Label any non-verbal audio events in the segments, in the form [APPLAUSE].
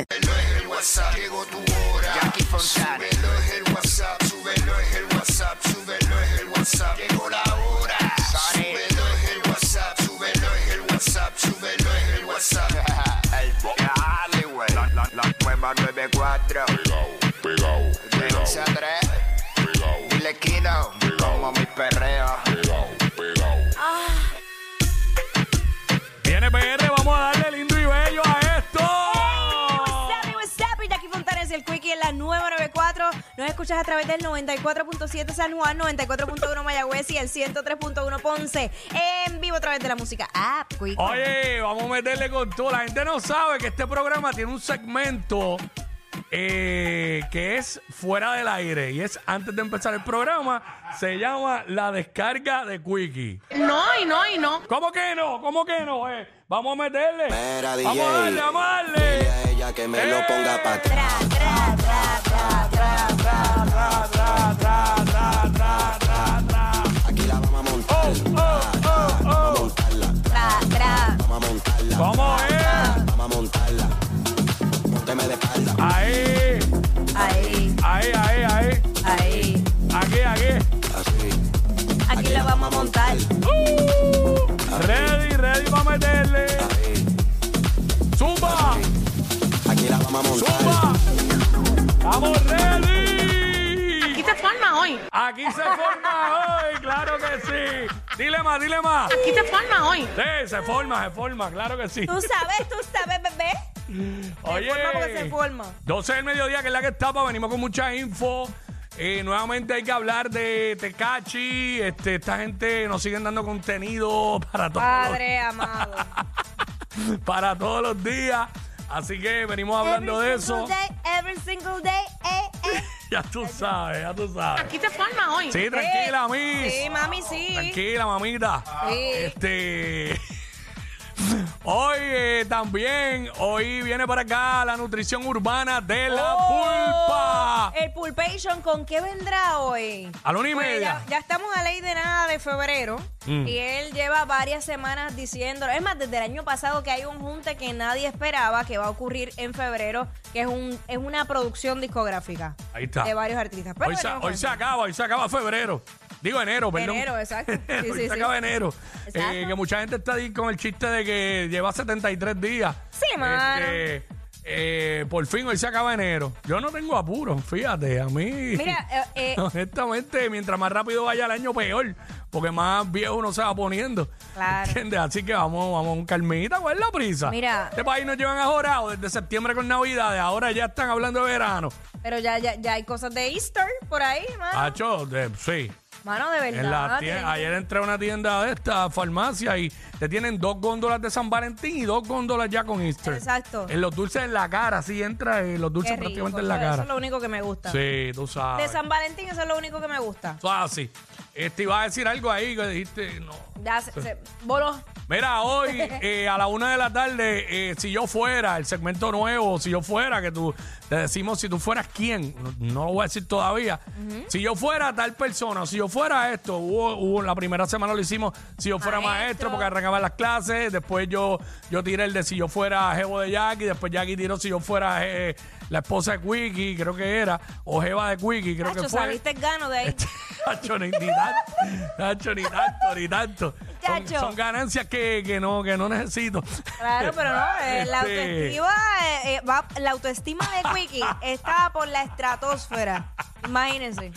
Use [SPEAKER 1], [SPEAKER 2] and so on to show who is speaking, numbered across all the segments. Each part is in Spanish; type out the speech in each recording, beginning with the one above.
[SPEAKER 1] Súbelo en el WhatsApp, llegó tu hora.
[SPEAKER 2] Jackie Fontana.
[SPEAKER 1] Súbelo en el WhatsApp, súbelo en el WhatsApp, súbelo en el WhatsApp, llegó la hora.
[SPEAKER 2] Sale.
[SPEAKER 1] Súbelo en el WhatsApp, súbelo en el WhatsApp, súbelo en el WhatsApp.
[SPEAKER 2] [LAUGHS] El bo- Dale, güey. La, la, la nueva 94.
[SPEAKER 1] Pegao,
[SPEAKER 2] De 11 a 3.
[SPEAKER 1] pegao,
[SPEAKER 2] Dile Kino. Como mi perreo.
[SPEAKER 1] pegao, pegao.
[SPEAKER 3] Viene PR, vamos a darle lindo y bello a esto.
[SPEAKER 4] Happy, what's up? Y Jackie Fontanes, el Quickie en la 994. Nos escuchas a través del 94.7 San Juan, 94.1 Mayagüez y el 103.1 Ponce. En vivo a través de la música app, Quickie.
[SPEAKER 3] Oye, vamos a meterle con todo. La gente no sabe que este programa tiene un segmento eh, que es fuera del aire y es antes de empezar el programa. Se llama La Descarga de Quickie.
[SPEAKER 5] No, y no, y no.
[SPEAKER 3] ¿Cómo que no? ¿Cómo que no? eh? Vamos a meterle.
[SPEAKER 6] Mira,
[SPEAKER 3] vamos
[SPEAKER 6] DJ,
[SPEAKER 3] a darle, vamos a darle.
[SPEAKER 6] dile a ella que me lo ponga pa' atrás.
[SPEAKER 4] Tra, tra, tra, tra, tra, tra, tra, tra, tra, tra, tra, tra,
[SPEAKER 6] Aquí la vamos a montar.
[SPEAKER 3] Oh,
[SPEAKER 6] Vamos a montarla,
[SPEAKER 4] tra, tra.
[SPEAKER 6] vamos a montarla,
[SPEAKER 3] ¿Cómo es?
[SPEAKER 6] vamos a montarla. Pónteme de espalda.
[SPEAKER 3] Ahí,
[SPEAKER 4] Ahí,
[SPEAKER 3] ahí, ahí, ahí.
[SPEAKER 4] ahí.
[SPEAKER 3] Aquí, aquí.
[SPEAKER 6] Así,
[SPEAKER 4] Aquí la vamos a montar.
[SPEAKER 3] Uh, ready, ready para meterle.
[SPEAKER 6] ahí.
[SPEAKER 3] Zumba,
[SPEAKER 6] Aquí la vamos a montar.
[SPEAKER 3] zumba. Estamos ready.
[SPEAKER 5] Aquí se forma hoy.
[SPEAKER 3] Aquí se forma hoy, claro que sí. Dile más, dile más.
[SPEAKER 5] Aquí se forma hoy.
[SPEAKER 3] Sí, se forma, se forma, claro que sí.
[SPEAKER 4] Tú sabes, tú sabes, bebé.
[SPEAKER 3] Oye,
[SPEAKER 4] forma porque se forma.
[SPEAKER 3] 12 del mediodía, que es la que estaba, venimos con mucha info. Eh, nuevamente hay que hablar de Tecachi. Este, esta gente nos siguen dando contenido para todos. los-
[SPEAKER 4] Padre amado.
[SPEAKER 3] para todos los días. Así que venimos [LAUGHS] hablando de
[SPEAKER 4] Every
[SPEAKER 3] eso.
[SPEAKER 4] single Day, every single day, eh, eh.
[SPEAKER 3] Ya tú sabes, ya tú sabes.
[SPEAKER 5] Aquí se forma hoy.
[SPEAKER 3] Sí, tranquila, mis.
[SPEAKER 4] Sí, mami, sí.
[SPEAKER 3] Tranquila, mamita.
[SPEAKER 4] Sí.
[SPEAKER 3] Este. [LAUGHS] Hoy eh, también, hoy viene para acá la nutrición urbana de la
[SPEAKER 4] Oh,
[SPEAKER 3] pulpa.
[SPEAKER 4] El Pulpation, ¿con qué vendrá hoy?
[SPEAKER 3] A la una y
[SPEAKER 4] Bueno,
[SPEAKER 3] media. Mm.
[SPEAKER 4] ya, ya estamos a ley de nada de febrero y él lleva varias semanas diciendo, es más, desde el año pasado que hay un junte que nadie esperaba que va a ocurrir en febrero, que es, un, es una producción discográfica
[SPEAKER 3] Ahí está.
[SPEAKER 4] de varios artistas. Pero
[SPEAKER 3] Hoy se,
[SPEAKER 4] venimos
[SPEAKER 3] hoy
[SPEAKER 4] con-
[SPEAKER 3] se acaba, hoy se acaba febrero. Digo enero, perdón. [LAUGHS]
[SPEAKER 4] Enero, exacto. Sí,
[SPEAKER 3] hoy
[SPEAKER 4] sí,
[SPEAKER 3] se
[SPEAKER 4] sí.
[SPEAKER 3] acaba enero.
[SPEAKER 4] Exacto.
[SPEAKER 3] Eh, que mucha gente está ahí con el chiste de que lleva 73 días.
[SPEAKER 4] Sí, mano.
[SPEAKER 3] Este, eh, por fin hoy se acaba enero. Yo no tengo apuro, fíjate, a mí. [LAUGHS]
[SPEAKER 4] Mira, eh, eh,
[SPEAKER 3] Honestamente, mientras más rápido vaya el año, peor. Porque más viejo uno se va poniendo.
[SPEAKER 4] Claro.
[SPEAKER 3] ¿Entiendes? Así que vamos, vamos, un calmita, ¿cuál es la prisa?
[SPEAKER 4] Mira.
[SPEAKER 3] Este país nos llevan ajorado desde septiembre con Navidades. Ahora ya están hablando de verano.
[SPEAKER 4] pero ya, ya, ya hay cosas de Easter por ahí, mano.
[SPEAKER 3] Hacho, de- sí.
[SPEAKER 4] Mano, de verdad.
[SPEAKER 3] Ah, En la tie-
[SPEAKER 4] tienen-
[SPEAKER 3] ayer entré a una tienda de esta farmacia y te tienen dos góndolas de San Valentín y dos góndolas ya con Easter.
[SPEAKER 4] Exacto.
[SPEAKER 3] En los dulces en la cara, sí entra en los dulces
[SPEAKER 4] Qué rico,
[SPEAKER 3] prácticamente en la
[SPEAKER 4] eso- Eso
[SPEAKER 3] cara.
[SPEAKER 4] es lo único que me gusta.
[SPEAKER 3] Sí, tú
[SPEAKER 4] De
[SPEAKER 3] sabes.
[SPEAKER 4] San Valentín, eso es lo único que me gusta.
[SPEAKER 3] Eso es así. Este iba a decir algo ahí que dijiste, no.
[SPEAKER 4] Ya se, se- voló.
[SPEAKER 3] Mira, hoy eh, a la una de la tarde, eh, si yo fuera, el segmento nuevo, si yo fuera, que tú te decimos si tú fueras quién, no, no lo voy a decir todavía. Si yo fuera tal persona, o si yo fuera esto, hubo, hubo- la primera semana lo hicimos, si yo fuera maestro,
[SPEAKER 4] Maestro.
[SPEAKER 3] porque arrancaban las clases, después yo, yo tiré el de si yo fuera jevo de Jackie, después Jackie tiró si yo fuera eh, la esposa de Quickie, creo que era, o jeva de Quickie, [LAUGHS] creo
[SPEAKER 4] Nacho,
[SPEAKER 3] que fue. este
[SPEAKER 4] saliste el gano de ahí.
[SPEAKER 3] [LAUGHS] Nacho, ni, ni tanto, Nacho, ni tanto, ni tanto. Son,
[SPEAKER 4] Chacho.
[SPEAKER 3] son ganancias que, que no, que no necesito.
[SPEAKER 4] [LAUGHS] Claro, pero no, eh, la
[SPEAKER 3] Este,
[SPEAKER 4] autoestima, eh, eh, va- la autoestima de Quickie está por la estratosfera. Imagínense.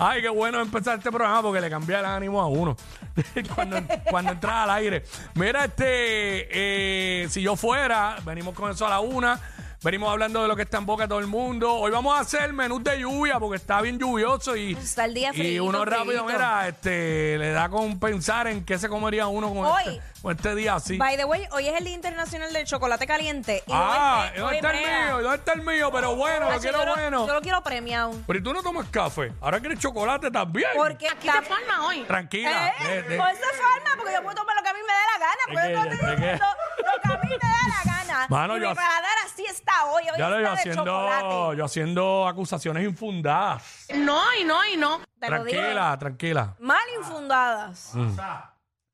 [SPEAKER 3] Ay, qué bueno empezar este programa porque le cambia el ánimo a uno [LAUGHS] cuando, cuando entras al aire. Mira, este, eh, si yo fuera, venimos con eso a la una. Venimos hablando de lo que está en boca de todo el mundo. Hoy vamos a hacer menús de lluvia porque está bien lluvioso y,
[SPEAKER 4] Está el día
[SPEAKER 3] y
[SPEAKER 4] friíto,
[SPEAKER 3] uno rápido,
[SPEAKER 4] friíto.
[SPEAKER 3] mira, este, le da con pensar en qué se comería uno con,
[SPEAKER 4] Hoy.
[SPEAKER 3] este, con este día así.
[SPEAKER 4] By the way, hoy es el Día Internacional del Chocolate Caliente. Y eh,
[SPEAKER 3] ah,
[SPEAKER 4] hoy-
[SPEAKER 3] ¿dónde
[SPEAKER 4] hoy
[SPEAKER 3] está el
[SPEAKER 4] brea.
[SPEAKER 3] mío? ¿Dónde está el mío? Pero bueno,
[SPEAKER 4] Hacho,
[SPEAKER 3] lo quiero
[SPEAKER 4] yo lo-
[SPEAKER 3] bueno.
[SPEAKER 4] Yo lo quiero premiado.
[SPEAKER 3] Pero ¿y tú no tomas café? Ahora quieres chocolate también.
[SPEAKER 4] Porque
[SPEAKER 5] Aquí se forma hoy.
[SPEAKER 3] Tranquila.
[SPEAKER 4] Eh,
[SPEAKER 3] de- de-
[SPEAKER 4] Por eso es forma, porque yo puedo tomar lo que a mí me dé la gana. Porque
[SPEAKER 3] que
[SPEAKER 4] yo
[SPEAKER 3] ella-
[SPEAKER 4] estoy
[SPEAKER 3] es que-
[SPEAKER 4] diciendo lo que a mí me dé la gana.
[SPEAKER 3] Mano,
[SPEAKER 4] y
[SPEAKER 3] yo
[SPEAKER 4] mi
[SPEAKER 3] hace-
[SPEAKER 4] paladar así está hoy. Hoy
[SPEAKER 3] ya lo yo
[SPEAKER 4] está de
[SPEAKER 3] haciendo,
[SPEAKER 4] chocolate.
[SPEAKER 3] yo haciendo acusaciones infundadas.
[SPEAKER 5] No, y no, y no.
[SPEAKER 4] Te lo dije.
[SPEAKER 3] tranquila, tranquila.
[SPEAKER 4] Mal infundadas.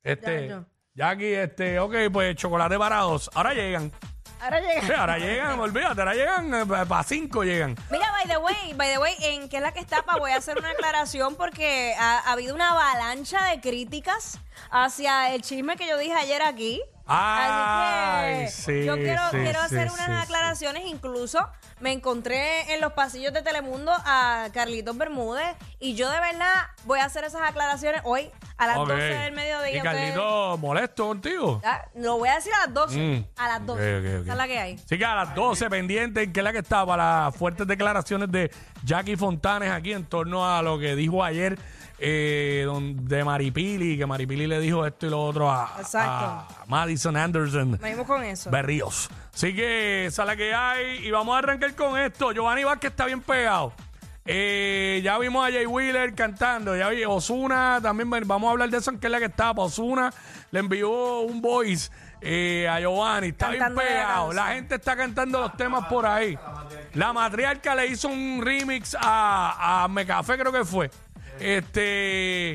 [SPEAKER 3] Este,
[SPEAKER 4] Ya, yo.
[SPEAKER 3] Jackie, este, ok, pues chocolate para dos. Ahora llegan. [LAUGHS]
[SPEAKER 4] Ahora
[SPEAKER 3] Sí,
[SPEAKER 4] llega.
[SPEAKER 3] ahora llegan, olvídate, ahora llegan, para cinco llegan.
[SPEAKER 4] Mira, by the way, by the way, en qué es la que está, pa, voy a hacer una aclaración porque ha, ha habido una avalancha de críticas hacia el chisme que yo dije ayer aquí.
[SPEAKER 3] Ay,
[SPEAKER 4] Así
[SPEAKER 3] sí,
[SPEAKER 4] yo quiero,
[SPEAKER 3] sí,
[SPEAKER 4] quiero
[SPEAKER 3] sí,
[SPEAKER 4] hacer
[SPEAKER 3] sí,
[SPEAKER 4] unas
[SPEAKER 3] sí.
[SPEAKER 4] aclaraciones. Incluso me encontré en los pasillos de Telemundo a Carlitos Bermúdez y yo de verdad voy a hacer esas aclaraciones hoy a las
[SPEAKER 3] Ok.
[SPEAKER 4] 12 del mediodía. pues.
[SPEAKER 3] ¿Y
[SPEAKER 4] ustedes-
[SPEAKER 3] Carlito molesto contigo?
[SPEAKER 4] Ah, Lo voy a decir a las 12.
[SPEAKER 3] Mm.
[SPEAKER 4] A las 12.
[SPEAKER 3] Ok, ok, ok.
[SPEAKER 4] Esa es la que hay.
[SPEAKER 3] Así que a las 12 pendiente en que es la que está para las fuertes declaraciones de Jackie Fontanes aquí en torno a lo que dijo ayer eh, don- de Maripili, que Maripili le dijo esto y lo otro a,
[SPEAKER 4] Exacto.
[SPEAKER 3] a Madison Anderson
[SPEAKER 4] Venimos con eso.
[SPEAKER 3] Berríos. Así que esa es la que hay y vamos a arrancar con esto. Giovanni Vázquez está bien pegado. Eh, ya vimos a Jay Wheeler cantando, ya vi Osuna, también ven- vamos a hablar de eso en que es la que está. Osuna le envió un voice eh, a Giovanni, está
[SPEAKER 4] Cantando
[SPEAKER 3] bien
[SPEAKER 4] la
[SPEAKER 3] pegado. La
[SPEAKER 4] canción.
[SPEAKER 3] gente está cantando los temas por ahí. La matriarca le hizo un remix a, a Mecafé, creo que fue. Este.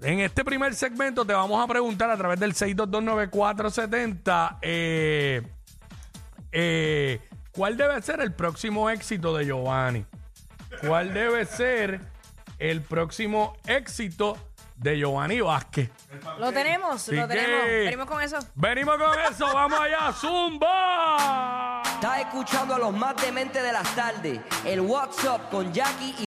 [SPEAKER 3] En este primer segmento te vamos a preguntar a través del 6229470 eh, eh, cuál debe ser el próximo éxito de Giovanni. ¿Cuál debe ser el próximo éxito de Giovanni Vázquez?
[SPEAKER 4] Lo tenemos,
[SPEAKER 3] Así
[SPEAKER 4] lo tenemos.
[SPEAKER 3] que-
[SPEAKER 4] Venimos con eso.
[SPEAKER 3] Venimos con eso, vamos allá, Zumba.
[SPEAKER 7] Estás escuchando a los más dementes de las tardes. El WhatsApp con Jackie y